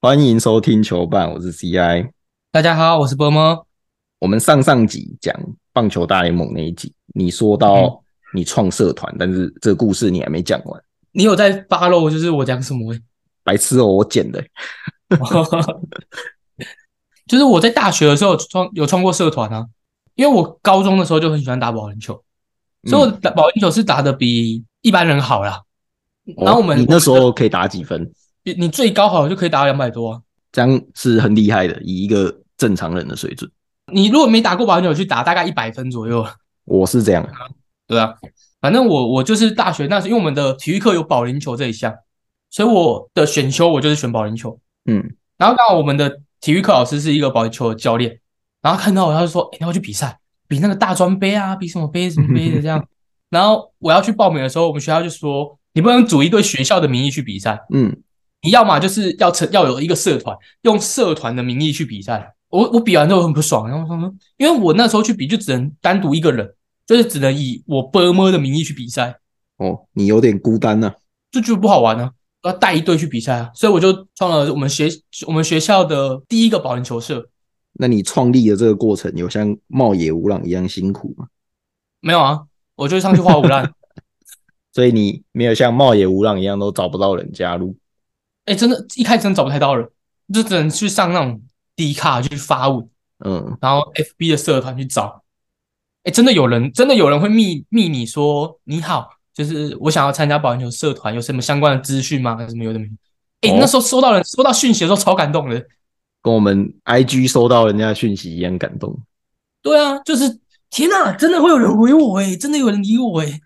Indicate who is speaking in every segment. Speaker 1: 欢迎收听球棒，我是 CI。
Speaker 2: 大家好，我是波波。
Speaker 1: 我们上上集讲棒球大联盟那一集，你说
Speaker 2: 嗯
Speaker 1: 到你创社团，但是这个故事你还没讲完，
Speaker 2: 你有在发漏？就是我讲什么、 欸？
Speaker 1: 白痴哦，我剪的、
Speaker 2: 就是我在大学的时候创有创过社团啊，因为我高中的时候就很喜欢打保龄球，
Speaker 1: 嗯
Speaker 2: 所以
Speaker 1: 哦
Speaker 2: 我打保龄球是打的比一般人好啦。然后我们、
Speaker 1: 哦你那时候可以打几分？
Speaker 2: 你你最高好像就可以打两百多啊。
Speaker 1: 这样是很厉害的，以一个正常人的水准，
Speaker 2: 你如果没打过保龄球，去打大概一百分左右。
Speaker 1: 我是这样。
Speaker 2: 对啊，反正我我就是大学那时，因为我们的体育课有保龄球这一项，所以我的选修我就是选保龄球。
Speaker 1: 嗯，
Speaker 2: 然后刚好我们的体育课老师是一个保龄球的教练，然后看到我他就说：“哎、你要去比赛，比那个大专杯啊，比什么杯什么杯的这样。”然后我要去报名的时候，我们学校就说：“你不能组一对学校的名义去比赛，
Speaker 1: 嗯，
Speaker 2: 你要么就是要成要有一个社团，用社团的名义去比赛。我我比完之后很不爽，然后他说，因为我那时候去比就只能单独一个人，就是只能以我波么的名义去比赛，
Speaker 1: 哦，你有点孤单呐、啊
Speaker 2: 就觉得不好玩啊，要带一队去比赛啊，所以我就创了我们学我们学校的第一个保龄球社。
Speaker 1: 那你创立的这个过程有像茂野无朗一样辛苦吗？
Speaker 2: 没有啊，我就上去画五 烂。
Speaker 1: 所以你没有像茂野无朗一样都找不到人加入。
Speaker 2: 哎、真的，一开始真的找不太到人，就只能去上那种低卡去发文，
Speaker 1: 嗯，
Speaker 2: 然后 FB 的社团去找。哎，真的有人，真的有人会密密你说你好，就是我想要参加保龄球社团，有什么相关的资讯吗？什么有的没的。哎、
Speaker 1: 哦
Speaker 2: 那时候收到人收到讯息的时候超感动的。
Speaker 1: 跟我们 IG 收到人家的讯息一样感动。
Speaker 2: 对啊，就是天哪，真的会有人回我哎、真的有人理我哎、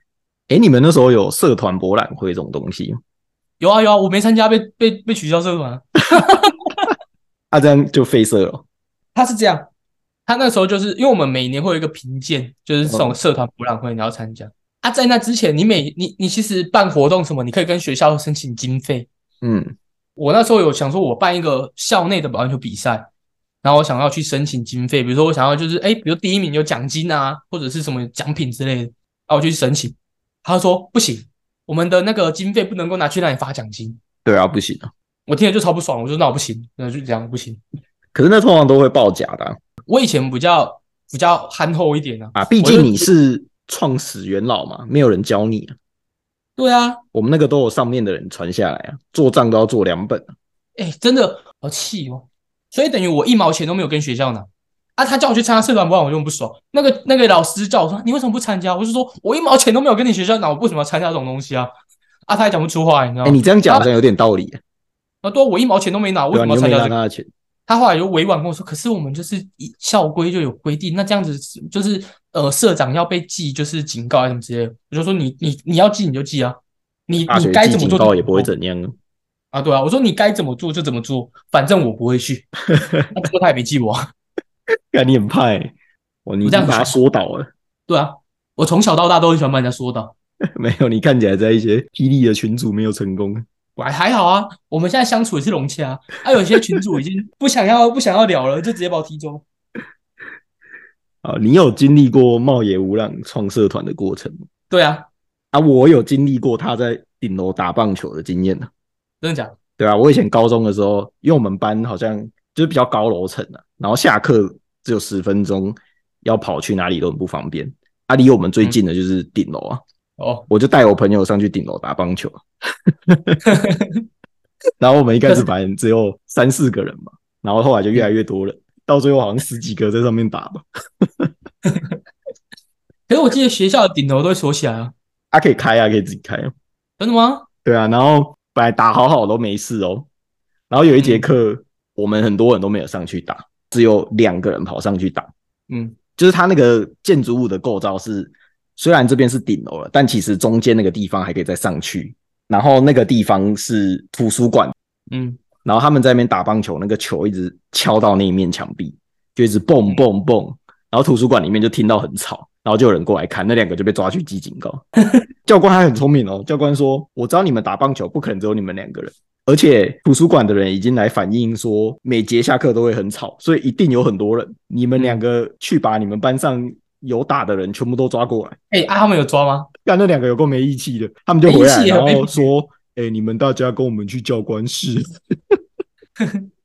Speaker 1: 哎，你们那时候有社团博览会这种东西吗？
Speaker 2: 有啊有啊，我没参加被被被取消社团啊、
Speaker 1: 啊，这样就废社了。
Speaker 2: 他是这样，他那时候就是因为我们每年会有一个评鉴，就是这种
Speaker 1: 嗯
Speaker 2: 社团博览会你要参加。啊，在那之前，你每你你其实办活动什么，你可以跟学校申请经费。
Speaker 1: 嗯，
Speaker 2: 我那时候有想说，我办一个校内的保龄球比赛，然后我想要去申请经费，比如说我想要就是哎，比如第一名有奖金啊，或者是什么奖品之类的，然后我去申请。他说不行，我们的那个经费不能够拿去那里发奖金。
Speaker 1: 对啊，不行啊。
Speaker 2: 我听了就超不爽，我就说那我不行，那就这样不行。
Speaker 1: 可是那通常都会报假的啊，
Speaker 2: 我以前比较比较憨厚一点啊，
Speaker 1: 啊毕
Speaker 2: 我就
Speaker 1: 竟你是创始元老嘛，没有人教你、啊。
Speaker 2: 对啊，
Speaker 1: 我们那个都有上面的人传下来啊，做账都要做两本啊、
Speaker 2: 哎、真的好气哦！所以等于我一毛钱都没有跟学校拿啊。他叫我去参加社团博览，我就很不爽。那个那个老师叫我说：“你为什么不参加？”我就说：“我一毛钱都没有跟你学校拿，我为什么要参加这种东西啊？”啊，他还讲不出话，你知道
Speaker 1: 哎、
Speaker 2: 吗？
Speaker 1: 你这样讲好像有点道理、啊，
Speaker 2: 啊，对啊，我一毛钱都没拿，我为
Speaker 1: 对啊，
Speaker 2: 什
Speaker 1: 你
Speaker 2: 么
Speaker 1: 又
Speaker 2: 要
Speaker 1: 没
Speaker 2: 参加
Speaker 1: 拿他的
Speaker 2: 这个？
Speaker 1: 钱，
Speaker 2: 他后来就委婉跟我说：“可是我们就是以校规就有规定，那这样子是就是呃，社长要被记，就是警告还是什么之类的。”我就说你：“你你要记你就记啊，你
Speaker 1: 大
Speaker 2: 你
Speaker 1: 学
Speaker 2: 该
Speaker 1: 记
Speaker 2: 怎么
Speaker 1: 警
Speaker 2: 做
Speaker 1: 告也不会
Speaker 2: 怎么做
Speaker 1: 怎样啊。
Speaker 2: 啊，对啊，我说你该怎么做就怎么做，反正我不会去。那最后他也没记我啊，
Speaker 1: 看你很派、欸，我你已
Speaker 2: 我这
Speaker 1: 经
Speaker 2: 样
Speaker 1: 把他
Speaker 2: 很
Speaker 1: 说倒了。
Speaker 2: 对啊，我从小到大都很喜欢把人家说到，
Speaker 1: 没有，你看起来在一些霹雳的群组没有成功。
Speaker 2: 我还还好啊，我们现在相处也是融洽啊。啊，有些群主已经不想要不想要聊了，就直接把我踢走。
Speaker 1: 啊，你有经历过茂野无浪创社团的过程吗
Speaker 2: 对啊，
Speaker 1: 啊？我有经历过他在顶楼打棒球的经验呢、
Speaker 2: 真的假的？
Speaker 1: 对啊，我以前高中的时候，因为我们班好像就是比较高楼层啊，然后下课只有十分钟，要跑去哪里都很不方便。啊，离我们最近的就是顶楼啊，
Speaker 2: 哦，
Speaker 1: 我就带我朋友上去顶楼打棒球。啊然后我们一开始反正只有三四个人嘛，然后后来就越来越多人，到最后好像十几个在上面打吧。
Speaker 2: 可是我记得学校的顶楼都会锁起来啊，
Speaker 1: 啊，可以开啊，可以自己开啊。
Speaker 2: 真的吗？
Speaker 1: 对啊，然后本来打好好都没事哦，然后有一节课、我们很多人都没有上去打，只有两个人跑上去打。
Speaker 2: 嗯，
Speaker 1: 就是它那个建筑物的构造是，虽然这边是顶楼了，但其实中间那个地方还可以再上去。然后那个地方是图书馆，
Speaker 2: 嗯，
Speaker 1: 然后他们在那边打棒球，那个球一直敲到那一面墙壁，就一直
Speaker 2: 嗯
Speaker 1: 蹦蹦蹦。然后图书馆里面就听到很吵，然后就有人过来看，那两个就被抓去记警 告。教官还很聪明哦，教官说：“我知道你们打棒球不可能只有你们两个人，而且图书馆的人已经来反映说，每节下课都会很吵，所以一定有很多人。你们两
Speaker 2: 嗯
Speaker 1: 个去把你们班上有打的人全部都抓过来。
Speaker 2: 哎、啊，他们有抓吗？
Speaker 1: 干那两个有够没义气的，他们就回来
Speaker 2: 没义气啊
Speaker 1: 然
Speaker 2: 没
Speaker 1: 后
Speaker 2: 义气
Speaker 1: 说：‘哎、你们大家跟我们去教官室。’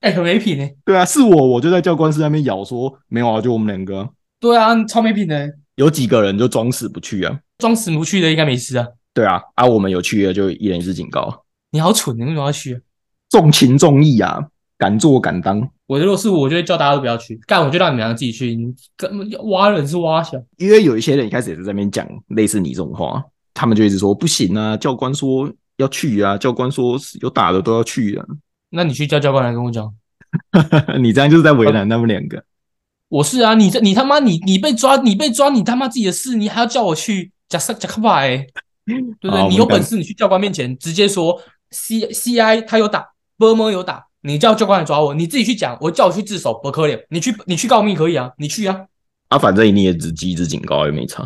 Speaker 2: 哎、很没品哎、
Speaker 1: 对啊，是我我就在教官室那边咬说没有啊，就我们两个啊、
Speaker 2: 对啊，超没品的、
Speaker 1: 有几个人就装死不去啊。
Speaker 2: 装死不去的应该没事啊。
Speaker 1: 对啊，啊我们有去的就一人一次警告，啊
Speaker 2: 你好蠢，你为什么要去啊、
Speaker 1: 重情重义啊，敢做敢当。
Speaker 2: 我如果是我，我就会叫大家都不要去，干我就让你们两个自己去，你根本挖人是挖小。
Speaker 1: 因为有一些人一开始也是在那边讲类似你这种话，啊他们就一直说不行啊，教官说要去啊，教官说有打的都要去啊，
Speaker 2: 那你去叫教官来跟我讲。
Speaker 1: 你这样就是在为难他们两个。
Speaker 2: 我是啊，你这你他妈你你被抓你被抓你他妈自己的事，你还要叫我去假设假克巴哎，对不
Speaker 1: 好我
Speaker 2: 对？
Speaker 1: 们
Speaker 2: 你有
Speaker 1: 赶
Speaker 2: 本事你去教官面前直接说 C C I 他有打，波摩有打，你叫教官来抓我，你自己去讲，我叫我去自首不可怜，你去你去告密可以啊，你去啊。
Speaker 1: 啊，反正你也只记一次警告也没差。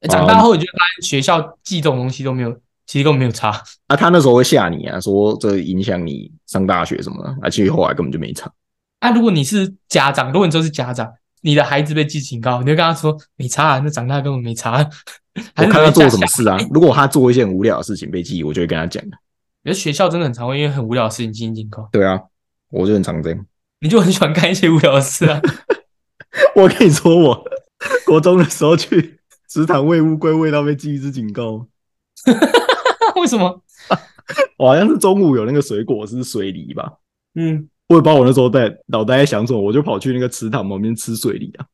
Speaker 2: 哎长大后你就会发现学校记这种东西都没有，其实根本没有差。
Speaker 1: 啊，他那时候会吓你啊，说这影响你上大学什么的，啊，其实后来根本就没差。
Speaker 2: 啊，如果你是家长，如果你就是家长，你的孩子被记警告，你就跟他说没差、啊，那长大根本没差、啊。
Speaker 1: 我
Speaker 2: 还是
Speaker 1: 看他
Speaker 2: 你
Speaker 1: 做
Speaker 2: 下
Speaker 1: 什么事啊，如果他做一些很无聊的事情被记，我就会跟他讲。
Speaker 2: 有些学校真的很常会因为很无聊的事情进行警告，
Speaker 1: 对啊，我就很常这样。
Speaker 2: 你就很喜欢干一些无聊的事啊。
Speaker 1: 我跟你说，我国中的时候去食堂喂乌龟，喂到被记一次警告。
Speaker 2: 为什么？
Speaker 1: 我好像是中午有那个水果是水梨吧，
Speaker 2: 嗯，
Speaker 1: 我也不知道我那时候在脑袋在想什么，我就跑去那个池塘旁边吃水梨啊，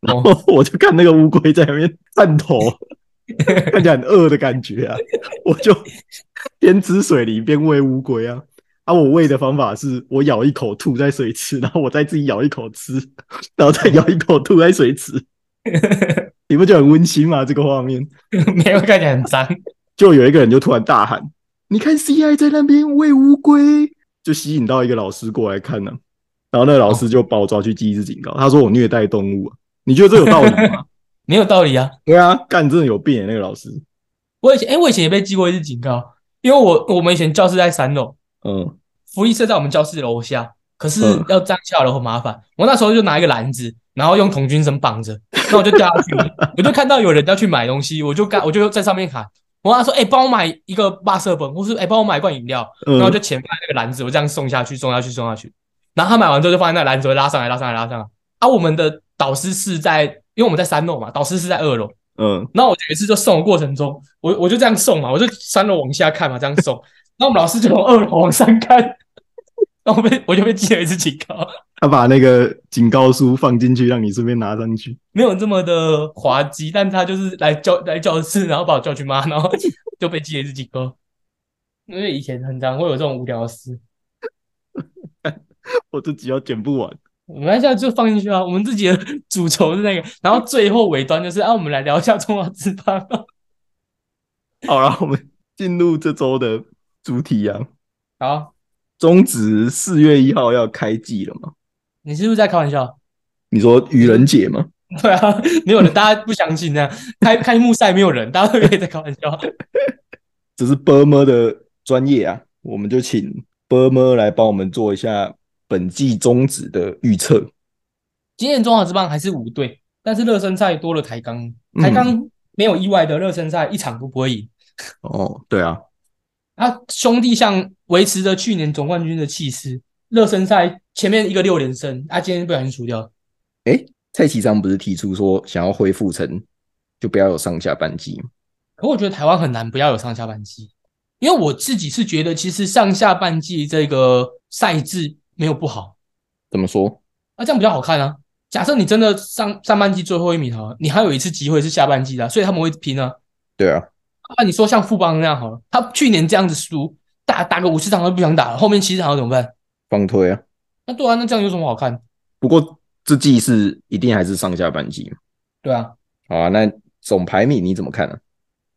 Speaker 1: 然后我就看那个乌龟在那边探头，看起来很饿的感觉啊，我就边吃水梨边喂乌龟啊。啊，我喂的方法是我咬一口吐在水池，然后我再自己咬一口吃，然后再咬一口吐在水池，你不觉得很温馨吗？这个画面，
Speaker 2: 没有看起来很脏，
Speaker 1: 就有一个人就突然大喊：“你看 CI 在那边喂乌龟！”就吸引到一个老师过来看呢、然后那个老师就把我抓去记一次警告，他说我虐待动物、啊。你觉得这有道理 吗？
Speaker 2: 没有道理啊。
Speaker 1: 对啊，干真的有病、欸、那个老师。
Speaker 2: 我以前，哎、我以前也被记过一次警告，因为我我们以前教室在三楼，
Speaker 1: 嗯，
Speaker 2: 福利社在我们教室楼下，可是
Speaker 1: 嗯
Speaker 2: 要站下楼很麻烦。我那时候就拿一个篮子，然后用童军绳绑着，那我就掉下去 了。我就看到有人要去买东西，我就干，我就在上面喊，我跟他说：“哎、帮我买一个八色本，或是哎、帮我买一罐饮料。”
Speaker 1: 嗯
Speaker 2: 然后就前面那个篮子，我这样送下去，送下去，送下去。然后他买完之后就放在那个篮子，会拉上来，拉上来，拉上来。啊，我们的导师是在，因为我们在三楼嘛，导师是在二楼。
Speaker 1: 嗯，
Speaker 2: 然后我有一次就送的过程中，我我就这样送嘛，我就三楼往下看嘛，这样送。然后我们老师就从二楼往上看，然后我被我就被记了一次警告，
Speaker 1: 他把那个警告书放进去，让你顺便拿上去。
Speaker 2: 没有这么的滑稽，但他就是来教来教室，然后把我叫去骂，然后就被记了一次警告。因为以前很常会有这种无聊的事，
Speaker 1: 我自己要剪不完。
Speaker 2: 我们现在就放进去啊。我们自己的主轴是那个，然后最后尾端就是啊，我们来聊一下中华之邦。
Speaker 1: 好了，我们进入这周的主题啊。
Speaker 2: 好，
Speaker 1: 中职四月一号要开季了嘛？
Speaker 2: 你是不是在开玩笑？
Speaker 1: 你说愚人节吗？
Speaker 2: 对啊，没有人，大家不相信那样。开开幕赛没有人，大家都以为在开玩笑。
Speaker 1: 这是波么的专业啊，我们就请波么来帮我们做一下本季中止的预测。
Speaker 2: 今年中华之棒还是五队，但是热身赛多了台钢，
Speaker 1: 嗯
Speaker 2: 台钢没有意外的热身赛一场都不会赢。
Speaker 1: 哦，对啊，
Speaker 2: 啊，兄弟像维持着去年总冠军的气势，热身赛前面一个六连胜，啊，今天不小心输掉。
Speaker 1: 蔡其章不是提出说想要恢复成就不要有上下半季吗，
Speaker 2: 可我觉得台湾很难不要有上下半季，因为我自己是觉得，其实上下半季这个赛制没有不好，
Speaker 1: 怎么说？
Speaker 2: 那、这样比较好看啊。假设你真的上上半季最后一名好了，你还有一次机会是下半季的啊、所以他们会拼啊。
Speaker 1: 对啊，
Speaker 2: 那、你说像富邦那样好了，他去年这样子输，打打个五十场都不想打了，后面七十场要怎么办？
Speaker 1: 放推啊。
Speaker 2: 那对啊，那这样有什么好看？
Speaker 1: 不过这季是一定还是上下半季嘛。
Speaker 2: 对啊，
Speaker 1: 好啊，那总排名你怎么看啊 呢、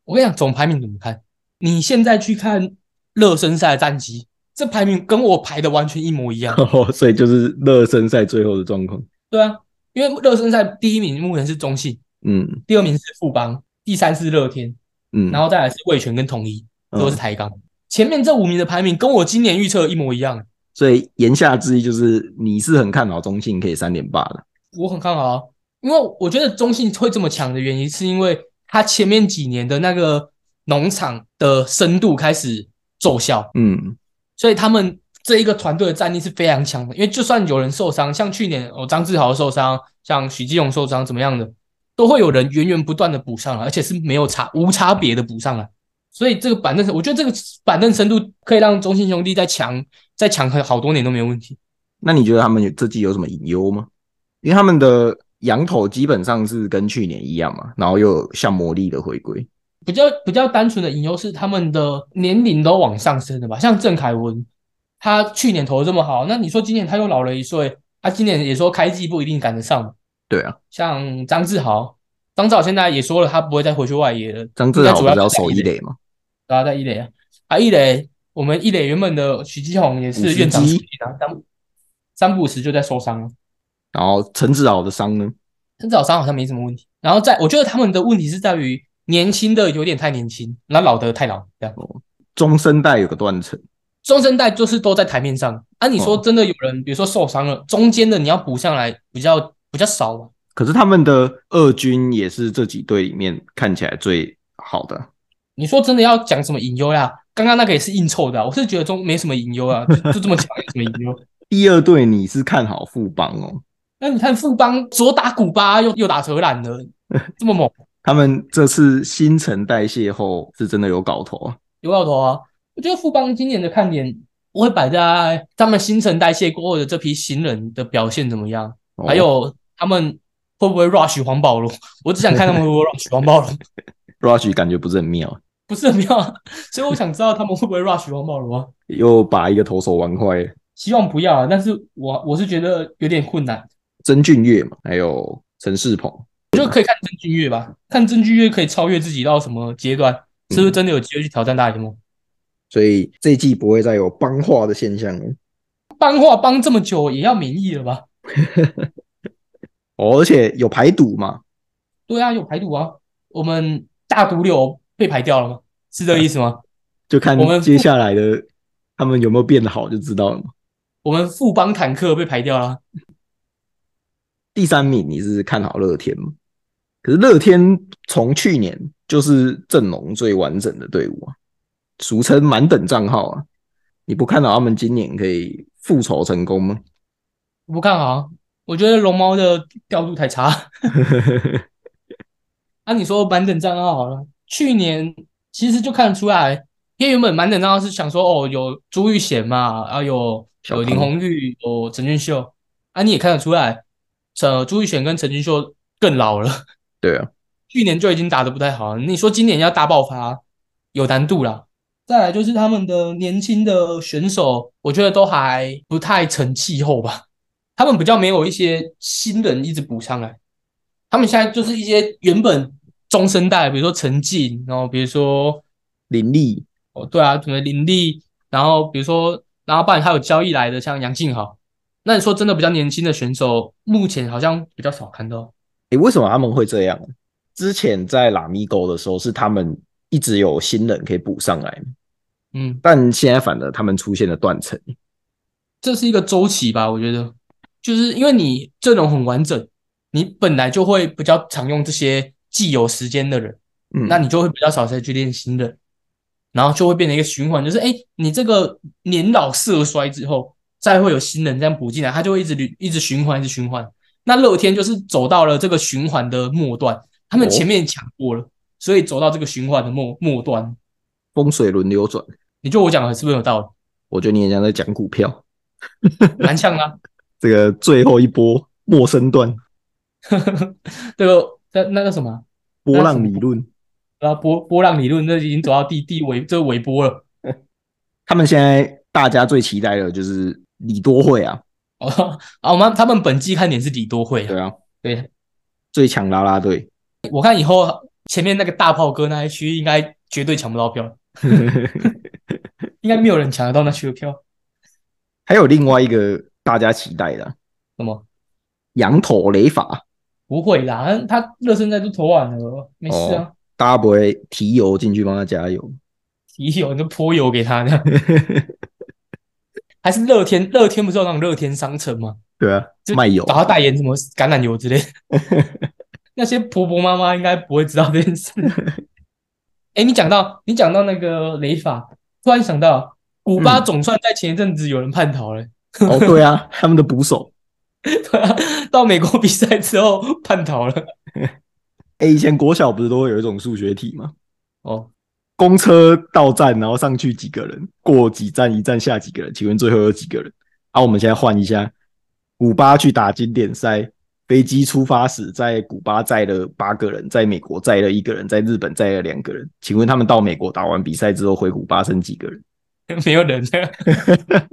Speaker 2: 我跟你讲，总排名怎么看？你现在去看热身赛的战绩，这排名跟我排的完全一模一样。
Speaker 1: 啊？所以就是热身赛最后的状况。
Speaker 2: 对啊，因为热身赛第一名目前是中信，
Speaker 1: 嗯
Speaker 2: 第二名是富邦，第三是乐天，
Speaker 1: 嗯，
Speaker 2: 然后再来是味全跟统一，
Speaker 1: 嗯
Speaker 2: 都是台钢。前面这五名的排名跟我今年预测的一模一样，
Speaker 1: 所以言下之意就是你是很看好中信可以三连霸的。
Speaker 2: 我很看好啊。因为我觉得中信会这么强的原因，是因为他前面几年的那个农场的深度开始奏效，
Speaker 1: 嗯，
Speaker 2: 所以他们这一个团队的战力是非常强的，因为就算有人受伤，像去年哦张志豪受伤，像许继勇受伤怎么样的，都会有人源源不断的补上来，而且是没有差无差别的补上来。所以这个板凳，我觉得这个板凳深度可以让中信兄弟再强再强很好多年都没有问题。
Speaker 1: 那你觉得他们有这季有什么隐忧吗？因为他们的羊头基本上是跟去年一样嘛，然后又有像魔力的回归，
Speaker 2: 比较比较单纯的隐忧是他们的年龄都往上升的吧，像郑凯文，他去年投的这么好，那你说今年他又老了一岁，他、今年也说开季不一定赶得上嘛。
Speaker 1: 对啊，
Speaker 2: 像张志豪，张志豪现在也说了，他不会再回去外野了，
Speaker 1: 张志豪
Speaker 2: 主
Speaker 1: 不
Speaker 2: 要
Speaker 1: 是要
Speaker 2: 在
Speaker 1: 守
Speaker 2: 一
Speaker 1: 一
Speaker 2: 垒
Speaker 1: 垒吗？
Speaker 2: 然后在一垒啊，啊一垒，我们一垒原本的许继宏也
Speaker 1: 五
Speaker 2: 是
Speaker 1: 十
Speaker 2: 院长
Speaker 1: 基
Speaker 2: 出去的啊，三三不五时就在受伤了，
Speaker 1: 然后陈志豪的伤呢？
Speaker 2: 陈早伤好像没什么问题。然后在我觉得他们的问题是在于年轻的有点太年轻，那老的太老，这样
Speaker 1: 中生代有个断层，
Speaker 2: 中生代就是都在台面上。啊，你说真的有人，比如说受伤了，中间的你要补上来比较比较少啊吧？
Speaker 1: 可是他们的二军也是这几队里面看起来最好的，
Speaker 2: 你说真的要讲什么隐忧呀？刚刚那个也是硬凑的啊、我是觉得中没什么隐忧啊，就就这么强，有什么隐忧？
Speaker 1: 第二队你是看好富邦哦，
Speaker 2: 那你看富邦左打古巴，右右打荷兰的，这么猛，
Speaker 1: 他们这次新陈代谢后是真的有搞头啊。
Speaker 2: 有搞头啊！我觉得富邦今年的看点，我会摆在他们新陈代谢过后的这批新人的表现怎么样，
Speaker 1: 哦
Speaker 2: 还有他们会不会 rush 黄宝龙？我只想看他们会不会 rush 黄宝龙，
Speaker 1: Rush 感觉不是很妙，
Speaker 2: 不是很妙啊，所以我想知道他们会不会 rush 黄宝龙啊。
Speaker 1: 又把一个投手玩坏了。
Speaker 2: 希望不要啊，但是我我是觉得有点困难。
Speaker 1: 曾俊岳嘛，还有陈世鹏，
Speaker 2: 我觉得可以看曾俊乐吧，看曾俊乐可以超越自己到什么阶段，是不是真的有机会去挑战大联盟？
Speaker 1: 所以这一季不会再有帮化的现象了。
Speaker 2: 帮话帮这么久也要免疫了吧？
Speaker 1: 哦，而且有排赌嘛，
Speaker 2: 对啊，有排毒啊。我们大毒瘤被排掉了吗？是这个意思吗？
Speaker 1: 就看
Speaker 2: 我们
Speaker 1: 接下来的他们有没有变好就知道了嘛。
Speaker 2: 我们富邦坦克被排掉了啊，
Speaker 1: 第三名你是看好乐天吗？可是乐天从去年就是阵容最完整的队伍啊，俗称满等账号啊。你不看好他们今年可以复仇成功吗？
Speaker 2: 我不看好啊。我觉得龙猫的调度太差。啊，你说满等账号好了，去年其实就看得出来，因为原本满等账号是想说哦，有朱玉贤嘛，啊有
Speaker 1: 小
Speaker 2: 有林
Speaker 1: 康
Speaker 2: 红玉，有陈俊秀，啊你也看得出来，呃朱玉贤跟陈俊秀更老了。
Speaker 1: 对啊，
Speaker 2: 去年就已经打得不太好了，你说今年要大爆发，有难度啦。再来就是他们的年轻的选手，我觉得都还不太成气候吧。他们比较没有一些新人一直补上来，他们现在就是一些原本中生代，比如说陈进，然后比如说
Speaker 1: 林立
Speaker 2: 哦，对啊，什么林立，然后比如说，然后不然还有交易来的，像杨敬豪。那你说真的比较年轻的选手，目前好像比较少看到。
Speaker 1: 诶，为什么他们会这样？之前在拉米狗的时候，是他们一直有新人可以补上来，
Speaker 2: 嗯，
Speaker 1: 但现在反而他们出现了断层。
Speaker 2: 这是一个周期吧，我觉得，就是因为你阵容很完整，你本来就会比较常用这些既有时间的人，
Speaker 1: 嗯，
Speaker 2: 那你就会比较少再去练新人，然后就会变成一个循环，就是哎，诶你这个年老色衰之后，再会有新人这样补进来，他就会一直捋一直循环，一直循环。那乐天就是走到了这个循环的末段，他们
Speaker 1: 哦
Speaker 2: 前面抢过了，所以走到这个循环的末末端。
Speaker 1: 风水轮流转，
Speaker 2: 你觉得我讲的是不是有道理？
Speaker 1: 我觉得你也像在讲股票。
Speaker 2: 蛮像啊。
Speaker 1: 这个最后一波陌生段
Speaker 2: 这个那那个什么啊，
Speaker 1: 波浪理论，
Speaker 2: 啊，波波浪理论，这已经走到第第尾这尾波了。
Speaker 1: 他们现在大家最期待的就是李多惠啊，
Speaker 2: 哦，啊，我们他们本季看点是李多惠啊，
Speaker 1: 对啊，
Speaker 2: 对，
Speaker 1: 最强啦啦队。
Speaker 2: 我看以后前面那个大炮哥那一区应该绝对抢不到票，应该没有人抢得到那区的票。
Speaker 1: 还有另外一个大家期待的啊
Speaker 2: 什么？
Speaker 1: 羊头雷法，
Speaker 2: 不会啦，他热身赛都投完了，没事啊，
Speaker 1: 大家不会提油进去帮他加油？
Speaker 2: 也有人就泼油给他呢。还是乐天，乐天不是有那种乐天商城吗？
Speaker 1: 对啊
Speaker 2: 就，
Speaker 1: 卖油
Speaker 2: 找他代言什么橄榄油之类的。那些婆婆妈妈应该不会知道这件事。哎、你讲到你讲到那个雷法，突然想到古巴总算在前一阵子有人叛逃了、
Speaker 1: 哦，对啊，他们的捕手，
Speaker 2: 对啊，到美国比赛之后叛逃了。
Speaker 1: 哎、以前国小不是都会有一种数学题吗？
Speaker 2: 哦，
Speaker 1: 公车到站，然后上去几个人，过几站一站下几个人，请问最后有几个人？啊，我们现在换一下，古巴去打经典赛，飞机出发时在古巴载了八个人，在美国载了一个人，在日本载了两个人，请问他们到美国打完比赛之后回古巴剩几个人？
Speaker 2: 没有人了。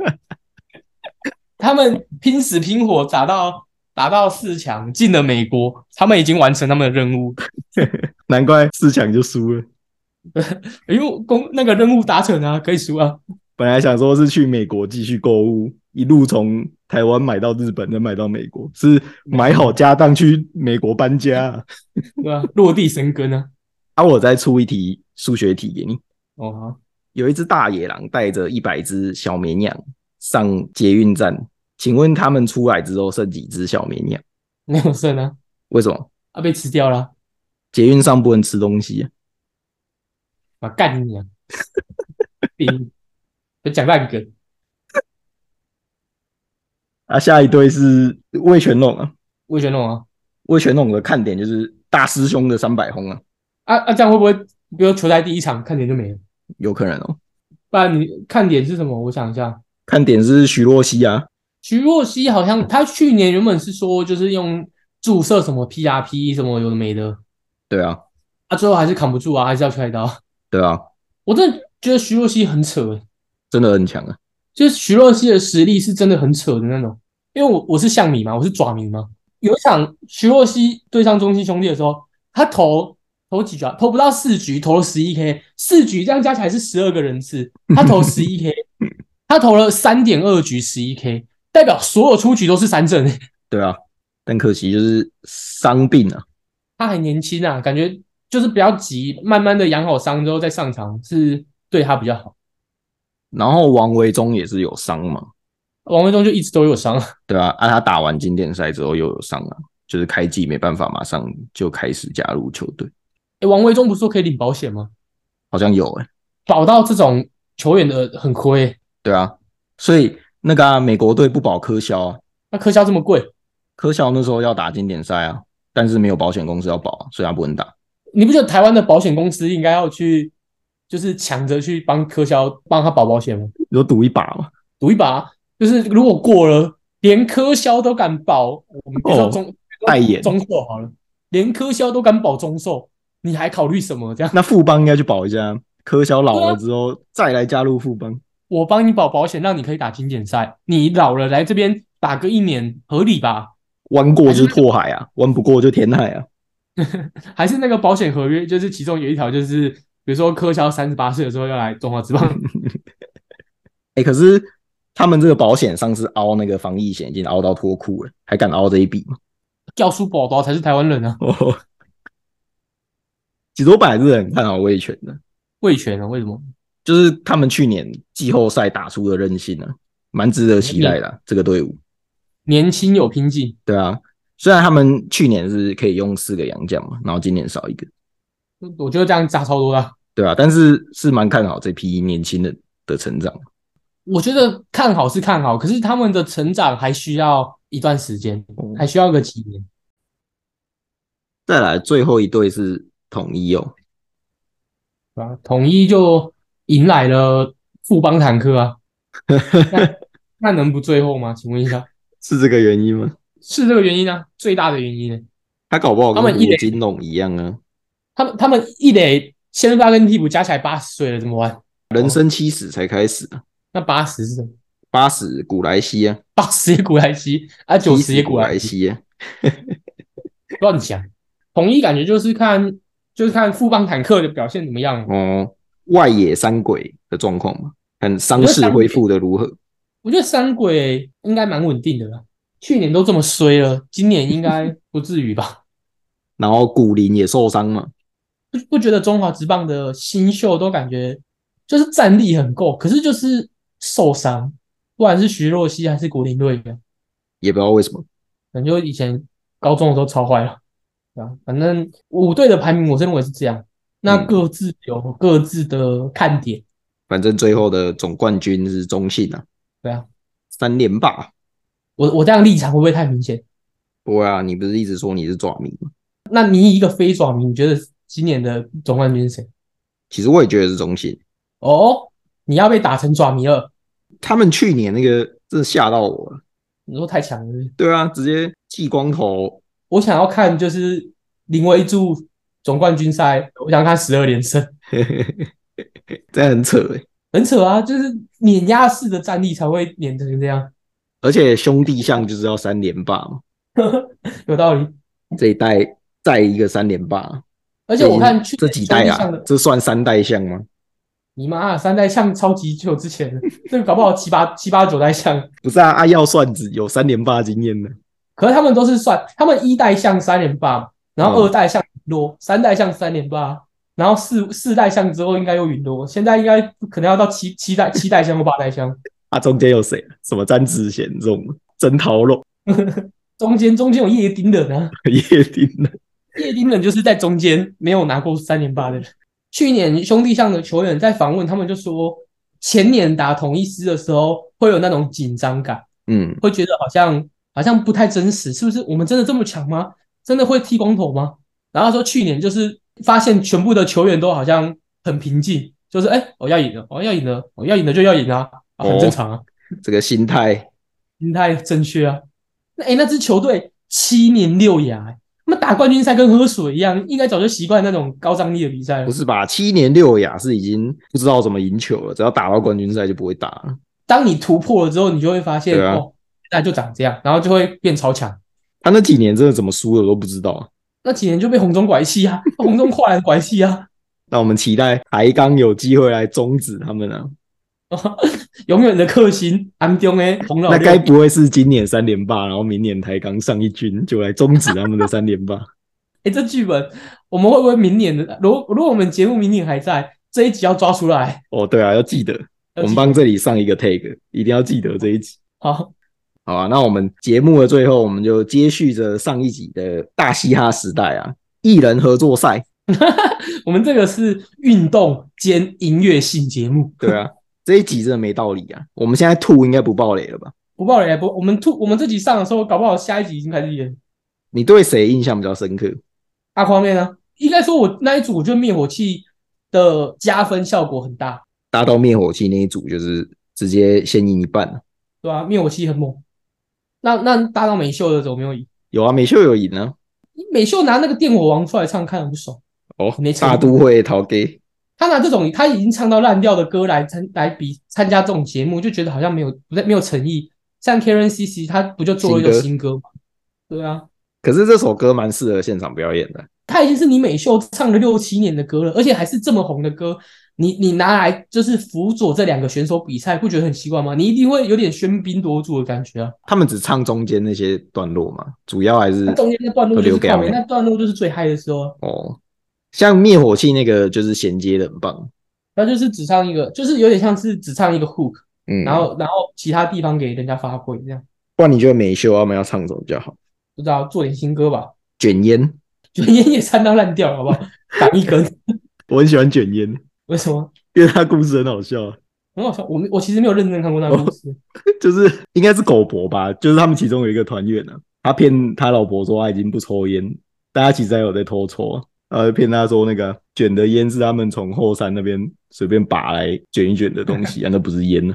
Speaker 2: 他们拼死拼活打到打到四强，进了美国，他们已经完成他们的任务，
Speaker 1: 难怪四强就输了。
Speaker 2: 因为公哎那个任务达成啊，可以输啊。
Speaker 1: 本来想说是去美国继续购物，一路从台湾买到日本，再买到美国，是买好家当去美国搬家啊。
Speaker 2: 对吧、落地生根啊。
Speaker 1: 啊，我再出一题数学题给你。
Speaker 2: 哦，好
Speaker 1: 有一只大野狼带着一百只小绵羊上捷运站，请问他们出来之后剩几只小绵羊？
Speaker 2: 没有剩啊，
Speaker 1: 为什么
Speaker 2: 啊被吃掉了啊。
Speaker 1: 捷运上不能吃东西啊、
Speaker 2: 啊，干你啊！你别讲烂梗，
Speaker 1: 啊？下一对是魏全龙啊，
Speaker 2: 魏全龙啊，
Speaker 1: 魏全龙的看点就是大师兄的三百轰啊，
Speaker 2: 啊啊，这样会不会，比如球赛第一场看点就没了？
Speaker 1: 有可能哦。
Speaker 2: 不然你看点是什么？我想一下，
Speaker 1: 看点是徐若曦啊，
Speaker 2: 徐若曦好像她去年原本是说就是用注射什么 PRP 什么有的没的，
Speaker 1: 对啊，
Speaker 2: 啊，最后还是扛不住啊，还是要开刀。
Speaker 1: 对啊，
Speaker 2: 我真的觉得徐若曦很扯欸，
Speaker 1: 真的很强啊。
Speaker 2: 就是徐若曦的实力是真的很扯的那种。因为我我是象迷嘛，我是爪迷嘛。有一场徐若曦对上中信兄弟的时候，他投投几局啊？投不到四局，投了十一 K，四局这样加起来是十二个人次，他投十一 K，他 投了三点二局十一 K，代表所有出局都是三振、
Speaker 1: 对啊，但可惜就是伤病啊。
Speaker 2: 他还年轻啊，感觉就是不要急，慢慢的养好伤之后再上场是对他比较好。
Speaker 1: 然后王维忠也是有伤嘛，
Speaker 2: 王维忠就一直都有伤，
Speaker 1: 对啊，啊，他打完经典赛之后又有伤啊，就是开季没办法马上就开始加入球队，
Speaker 2: 诶王维忠不是说可以领保险吗？
Speaker 1: 好像有哎、
Speaker 2: 保到这种球员的很亏、
Speaker 1: 对啊，所以那个啊、美国队不保科肖啊，
Speaker 2: 那科肖这么贵，
Speaker 1: 科肖那时候要打经典赛啊，但是没有保险公司要保啊，所以他不能打。
Speaker 2: 你不觉得台湾的保险公司应该要去，就是抢着去帮科肖帮他保保险吗？
Speaker 1: 有赌一把嘛？
Speaker 2: 赌一把，啊就是如果过了，连科肖都敢保，我们别说
Speaker 1: 哦
Speaker 2: 中、
Speaker 1: 代言
Speaker 2: 中寿好了，连科肖都敢保中寿，你还考虑什么？这样
Speaker 1: 那富邦应该去保一下，啊科肖老了之后、再来加入富邦，
Speaker 2: 我帮你保保险，让你可以打经典赛，你老了来这边打个一年，合理吧？
Speaker 1: 弯过就是拓海啊，弯不过就填海啊。
Speaker 2: 还是那个保险合约，就是其中有一条就是，比如说科肖三十八岁的时候要来中华职棒。
Speaker 1: 哎、可是他们这个保险上次凹那个防疫险已经凹到脱裤了，还敢凹这一笔吗？
Speaker 2: 教书宝宝才是台湾人啊，
Speaker 1: 哦，其实我本来是很看好魏权的，
Speaker 2: 魏权啊，为什么？
Speaker 1: 就是他们去年季后赛打出的韧性啊，蛮值得期待的啊、
Speaker 2: 嗯
Speaker 1: 这个队伍，
Speaker 2: 年轻有拼劲，
Speaker 1: 对啊，虽然他们去年是可以用四个洋将嘛，然后今年少一个，
Speaker 2: 我觉得这样差超多啦。
Speaker 1: 对啊，但是是蛮看好这批年轻人的成长。
Speaker 2: 我觉得看好是看好，可是他们的成长还需要一段时间，
Speaker 1: 哦
Speaker 2: 还需要个几年。
Speaker 1: 再来最后一队是统一哦，
Speaker 2: 对吧？统一就迎来了富邦坦克啊，那那能不最后吗？请问一下，
Speaker 1: 是这个原因吗？
Speaker 2: 是这个原因啊？最大的原因呢？
Speaker 1: 他搞不好跟
Speaker 2: 他们一
Speaker 1: 吴
Speaker 2: 垒
Speaker 1: 金龙一样啊，
Speaker 2: 他们他们一垒先发跟替补加起来八十岁了，怎么玩？
Speaker 1: 人生七十才开始啊，
Speaker 2: 那八十是什么？
Speaker 1: 八十古来稀啊，
Speaker 2: 八十也古来稀啊，九十也
Speaker 1: 70古
Speaker 2: 来
Speaker 1: 来
Speaker 2: 稀。
Speaker 1: 稀啊，
Speaker 2: 乱讲。统一感觉就是看就是看富邦坦克的表现怎么样。
Speaker 1: 哦，外野三鬼的状况嘛，看伤势恢复的如何。
Speaker 2: 我觉得三鬼应该蛮稳定的啦，去年都这么衰了，今年应该不至于吧？
Speaker 1: 然后古林也受伤嘛，
Speaker 2: 不不觉得中华职棒的新秀都感觉就是战力很够，可是就是受伤，不管是徐若曦还是古林瑞元，
Speaker 1: 也不知道为什么。
Speaker 2: 感觉以前高中的时候超坏了。对啊，反正五队的排名我是认为是这样，那
Speaker 1: 嗯
Speaker 2: 各自有各自的看点。
Speaker 1: 反正最后的总冠军是中信啊，
Speaker 2: 对啊，
Speaker 1: 三连霸。
Speaker 2: 我我这样立场会不会太明显？
Speaker 1: 不会啊，你不是一直说你是爪迷吗？
Speaker 2: 那你以一个非爪迷，你觉得今年的总冠军是谁？
Speaker 1: 其实我也觉得是中信，
Speaker 2: 哦，你要被打成爪迷了，
Speaker 1: 他们去年那个真的吓到我了。
Speaker 2: 你说太强了是不是。
Speaker 1: 对啊，直接剃光头，
Speaker 2: 我想要看就是林威柱总冠军赛，我想看十二连胜，
Speaker 1: 真的很扯哎、
Speaker 2: 很扯啊，就是碾压式的战力才会碾成这样，
Speaker 1: 而且兄弟象就是要三连霸嘛，
Speaker 2: 有道理。
Speaker 1: 这一代再一个三连霸，
Speaker 2: 而且我看去
Speaker 1: 这
Speaker 2: 年
Speaker 1: 几
Speaker 2: 兄
Speaker 1: 代
Speaker 2: 弟
Speaker 1: 啊
Speaker 2: 象的，，
Speaker 1: 这算三代象吗？
Speaker 2: 你妈啊三代像超级久之前的，这个搞不好七八七八九代像，
Speaker 1: 不是啊，阿耀算子有三连霸经验的，
Speaker 2: 可是他们都是算，他们一代像三连霸嘛，然后
Speaker 1: 嗯
Speaker 2: 二代像陨落，三代像三连霸，啊然后四四代像之后应该又陨落，现在应该可能要到七七代七代像或八代像，
Speaker 1: 啊，中间有谁？什么詹子贤这种真桃龙、
Speaker 2: 中间中间有叶丁的呢。
Speaker 1: 叶丁的，
Speaker 2: 叶丁人就是在中间没有拿过三连霸的人。去年兄弟象的球员在访问，他们就说，前年打同一师的时候会有那种紧张感，
Speaker 1: 嗯，
Speaker 2: 会觉得好像好像不太真实，是不是？我们真的这么强吗？真的会剃光头吗？然后他说去年就是发现全部的球员都好像很平静，就是哎、我要赢了，我要赢了，我要赢了就要赢啊，
Speaker 1: 哦
Speaker 2: 啊很正常啊，
Speaker 1: 这个心态
Speaker 2: 心态正确啊。那哎、那支球队七年六亚、欸，他们打冠军赛跟喝水一样，应该早就习惯那种高张力的比赛
Speaker 1: 不
Speaker 2: 了。
Speaker 1: 是吧？七年六亚是已经不知道怎么赢球了，只要打到冠军赛就不会打了。
Speaker 2: 当你突破了之后，你就会发现、
Speaker 1: 对啊
Speaker 2: 哦，那就长这样，然后就会变超强。
Speaker 1: 他那几年真的怎么输的我都不知道。
Speaker 2: 那几年就被红中拐气啊，红中跨栏拐气啊，
Speaker 1: 那我们期待台钢有机会来终止他们啊！
Speaker 2: 永远的克星安中诶，红老
Speaker 1: 那该
Speaker 2: 六，
Speaker 1: 不会是今年三连霸，然后明年台钢上一军就来终止他们的三连 霸？
Speaker 2: 哎、这剧本我们会不会明年的？如果如果我们节目明年还在，这一集要抓出来。
Speaker 1: 哦，对啊，要记得，我
Speaker 2: 要记
Speaker 1: 们帮这里上一个 tag，一定要记得这一集。
Speaker 2: 好，
Speaker 1: 好啊，那我们节目的最后，我们就接续着上一集的大嘻哈时代啊，艺人合作赛。
Speaker 2: 我们这个是运动兼音乐性节目，
Speaker 1: 对 啊，这一集真的没道理啊！我们现在吐应该不爆雷了吧？
Speaker 2: 不爆雷不，我们吐我们这集上的时候，搞不好下一集已经开始演
Speaker 1: 你对谁印象比较深刻？
Speaker 2: 阿匡面呢。应该说我那一组，我觉得灭火器的加分效果很大，
Speaker 1: 大到灭火器那一组就是直接先赢一半啊
Speaker 2: 对吧、灭火器很猛。那那搭档美秀的怎么没有赢？
Speaker 1: 有啊，美秀有赢啊。
Speaker 2: 美秀拿那个电火王出来唱，看得不爽。
Speaker 1: 哦
Speaker 2: 没，错
Speaker 1: 大都会逃给
Speaker 2: 他拿这种他已经唱到烂掉的歌来参来比参加这种节目，就觉得好像没有不太没有诚意。像 Karen CC 他不就做了一首
Speaker 1: 新
Speaker 2: 新歌吗？对啊，
Speaker 1: 可是这首歌蛮适合现场表演的。
Speaker 2: 他已经是你美秀唱了六七年的歌了，而且还是这么红的歌，你你拿来就是辅佐这两个选手比赛，不觉得很奇怪吗？你一定会有点喧宾夺主的感觉啊。
Speaker 1: 他们只唱中间那些段落嘛，主要还是
Speaker 2: 那中间那段落
Speaker 1: 都
Speaker 2: 就
Speaker 1: 留
Speaker 2: 是
Speaker 1: 给
Speaker 2: 靠
Speaker 1: 他
Speaker 2: 北，
Speaker 1: 们
Speaker 2: 那段落就是最嗨的时候啊，
Speaker 1: 哦。像灭火器那个就是衔接的很棒，
Speaker 2: 然后就是只唱一个，就是有点像是只唱一个 hook，
Speaker 1: 嗯，
Speaker 2: 然后然后其他地方给人家发挥，这样
Speaker 1: 不然你觉得美秀他们要唱什么比较好？
Speaker 2: 不知道做点新歌吧。
Speaker 1: 卷烟，
Speaker 2: 卷烟也三到烂掉，好不 好？挡一根，
Speaker 1: 我很喜欢卷烟，
Speaker 2: 为什么？
Speaker 1: 因为他故事很好笑啊，
Speaker 2: 很好笑。我没我其实没有认真看过那个故
Speaker 1: 哦
Speaker 2: 事。
Speaker 1: 就是应该是狗博吧，就是他们其中有一个团员呢、啊，他骗他老婆说他已经不抽烟，但他其实还有在偷抽啊，呃，骗他说那个卷的烟是他们从后山那边随便拔来卷一卷的东 西啊，那不是烟呢、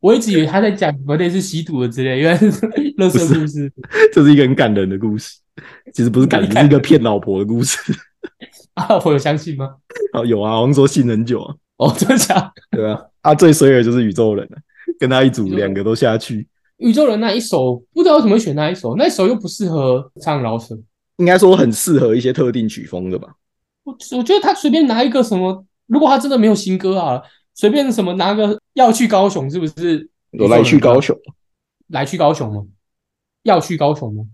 Speaker 2: 我一直以为他在讲什么类似吸毒的之类，原 来是乐色故事。
Speaker 1: 这是一个很感人的故事，其实不是感人，是
Speaker 2: 蛮感
Speaker 1: 一个
Speaker 2: 人
Speaker 1: 骗老婆的故 事。
Speaker 2: 啊，我有相信吗？
Speaker 1: 哦，有啊，好像说信很久啊，
Speaker 2: 哦， 真的假的？
Speaker 1: 对啊，啊，最衰的就是宇宙人、啊，跟他一组，两个都下去。
Speaker 2: 宇宙人那一首，不知道为什么会选那一首，那一首又不适合唱饶舌。
Speaker 1: 应该说很适合一些特定曲风的吧。
Speaker 2: 我我觉得他随便拿一个什么，如果他真的没有新歌啊，随便什么拿个要去高雄，是不是？
Speaker 1: 有来去高雄，
Speaker 2: 来去高雄吗？要去高雄吗？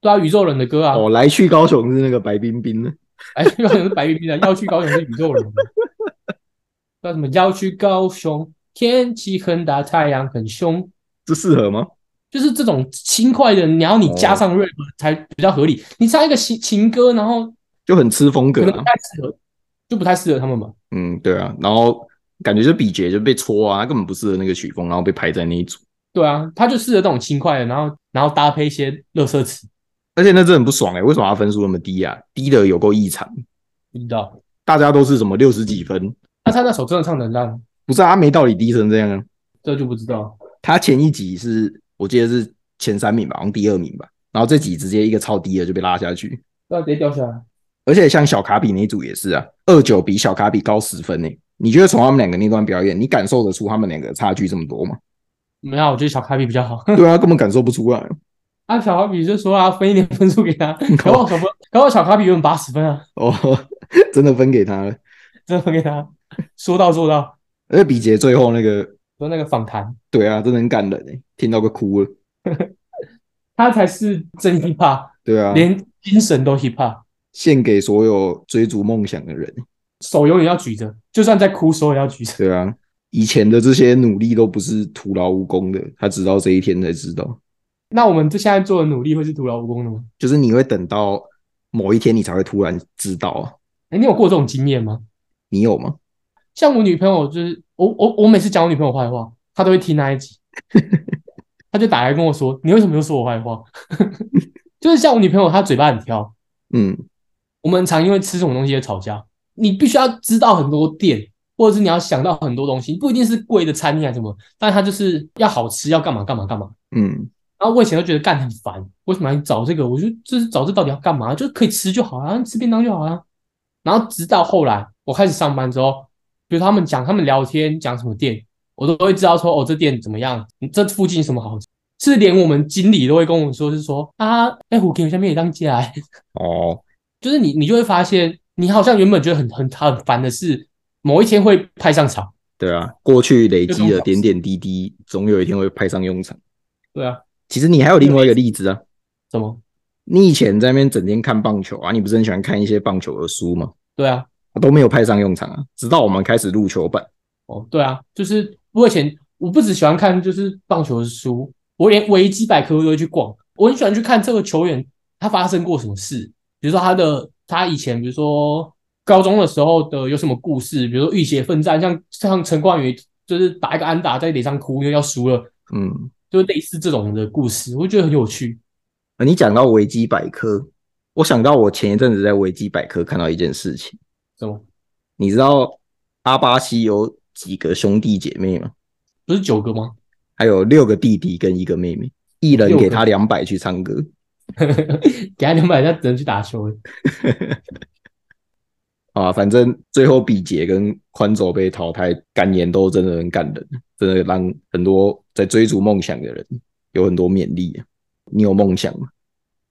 Speaker 2: 对啊，宇宙人的歌啊，
Speaker 1: 哦，来去高雄是那个白冰冰的，
Speaker 2: 哎，高雄是白冰冰的，要去高雄是宇宙人的。叫什么？要去高雄，天气很大，太阳很凶，
Speaker 1: 这适合吗？
Speaker 2: 就是这种轻快的，然后你加上 rap 才比较合理。你唱一个情情歌，然后
Speaker 1: 就很吃风格
Speaker 2: 可能不
Speaker 1: 啊。
Speaker 2: 太适合，就不太适合他们嘛。
Speaker 1: 嗯，对啊。然后感觉就比杰就被戳啊，他根本不适合那个曲风，然后被排在那一组。
Speaker 2: 对啊，他就适合这种轻快的，然后然后搭配一些乐色词，
Speaker 1: 而且那真的很不爽哎、为什么他分数那么低啊？低的有够异常，
Speaker 2: 不知道。
Speaker 1: 大家都是什么六十几分，
Speaker 2: 那他那首真的唱得很烂，
Speaker 1: 不是啊，他没道理低成这样啊。
Speaker 2: 这就不知道。
Speaker 1: 他前一集是我记得是前三名吧，好像第二名吧，然后这集直接一个超低的就被拉下去，
Speaker 2: 对啊，直接掉下来。
Speaker 1: 而且像小卡比那一组也是啊，二九比小卡比高十分呢、欸你觉得从他们两个那段表演，你感受得出他们两个的差距这么多吗？
Speaker 2: 没有，我觉得小卡比比较好。
Speaker 1: 对啊，根本感受不出来。
Speaker 2: 啊，小卡比就说啊，分一点分数给他，搞不好小分，搞不好小卡比原本八十分啊，
Speaker 1: 哦，真的分给他了。
Speaker 2: 真的分给他，说到做到。
Speaker 1: 而且比杰最后那个，
Speaker 2: 说那个访谈，
Speaker 1: 对啊，真的很感人欸听到快哭了。
Speaker 2: 他才是真 hip hop，
Speaker 1: 对啊，
Speaker 2: 连精神都 hip hop，
Speaker 1: 献给所有追逐梦想的人。
Speaker 2: 手永远要举着，就算在哭，手也要举着。
Speaker 1: 对啊，以前的这些努力都不是徒劳无功的，他直到这一天才知道，
Speaker 2: 那我们这现在做的努力会是徒劳无功的吗？
Speaker 1: 就是你会等到某一天，你才会突然知道啊。
Speaker 2: 哎，你有过这种经验吗？
Speaker 1: 你有吗？
Speaker 2: 像我女朋友，就是我我我每次讲我女朋友坏话，她都会听那一集，她就打来跟我说：“你为什么又说我坏话？” 就是像我女朋友，她嘴巴很挑，
Speaker 1: 嗯，
Speaker 2: 我们很常因为吃什么东西而吵架。你必须要知道很多店，或者是你要想到很多东西，不一定是贵的餐厅还是什么，但它就是要好吃，要干嘛干嘛干嘛。
Speaker 1: 嗯，
Speaker 2: 然后我以前都觉得干很烦，为什么要找这个？我就就是找这到底要干嘛？就可以吃就好啊，吃便当就好啊。然后直到后来我开始上班之后，比如他们讲他们聊天讲什么店，我都会知道说哦这店怎么样，这附近什么好吃。是连我们经理都会跟我们说，是说啊，哎、虎我给我下面也当进来，
Speaker 1: 哦，
Speaker 2: 就是你你就会发现，你好像原本觉得很很很烦的事，某一天会派上场。
Speaker 1: 对啊，过去累
Speaker 2: 就
Speaker 1: 积
Speaker 2: 这
Speaker 1: 的
Speaker 2: 种
Speaker 1: 点点滴滴，总有一天会派上用场。
Speaker 2: 对啊，
Speaker 1: 其实你还有另外一个例子啊，
Speaker 2: 怎么？
Speaker 1: 你以前在那边整天看棒球啊，你不是很喜欢看一些棒球的书吗？
Speaker 2: 对啊，
Speaker 1: 都没有派上用场啊，直到我们开始录球版。
Speaker 2: 哦，对啊，就是我以前我不只喜欢看就是棒球的书，我连维基百科都会去逛。我很喜欢去看这个球员他发生过什么事，比如说他的他以前比如说高中的时候的有什么故事，比如说浴血奋战，像像陈冠宇就是打一个安打在脸上哭，因为要输了，
Speaker 1: 嗯，
Speaker 2: 就类似这种的故事，我觉得很有趣。
Speaker 1: 呃你讲到维基百科，我想到我前一阵子在维基百科看到一件事情，
Speaker 2: 什么？
Speaker 1: 你知道阿巴西有几个兄弟姐妹吗？
Speaker 2: 不是九个吗？
Speaker 1: 还有六个弟弟跟一个妹妹，一人
Speaker 2: 六个
Speaker 1: 给他两百去唱歌。
Speaker 2: 给他两百，他只能去打球了。
Speaker 1: 啊，反正最后比杰跟宽走被淘汰，感言都真的很感人，真的让很多在追逐梦想的人有很多勉励、啊。你有梦想吗？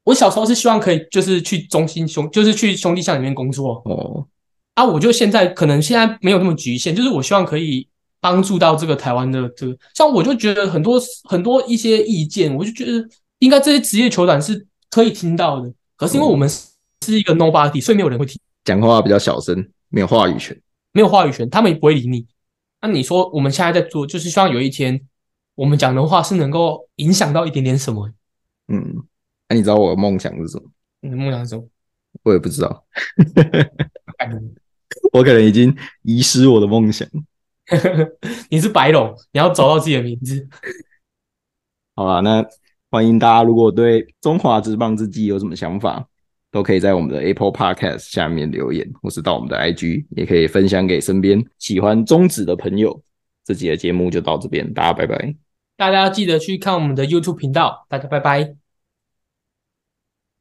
Speaker 2: 我小时候是希望可以就是去中心兄，就是去兄弟巷里面工作。
Speaker 1: 哦，
Speaker 2: 啊，我就现在可能现在没有那么局限，就是我希望可以帮助到这个台湾的这个，像我就觉得很多很多一些意见，我就觉得应该这些职业球团是可以听到的，可是因为我们是是一个 nobody，所以没有人会听，
Speaker 1: 讲话比较小声，没有话语权。
Speaker 2: 没有话语权，他们也不会理你。那你说我们现在在做，就是希望有一天我们讲的话是能够影响到一点点什么？
Speaker 1: 嗯，那、你知道我的梦想是什么？
Speaker 2: 你的梦想是什么？
Speaker 1: 我也不知道，
Speaker 2: 白龙
Speaker 1: 我可能已经遗失我的梦想。
Speaker 2: 你是白龙，你要找到自己的名字。
Speaker 1: 好吧，那欢迎大家，如果对中华职棒之季有什么想法，都可以在我们的 Apple Podcast 下面留言，或是到我们的 IG，也可以分享给身边喜欢中指的朋友。这集的节目就到这边，大家拜拜。
Speaker 2: 大家记得去看我们的 YouTube 频道，大家拜拜。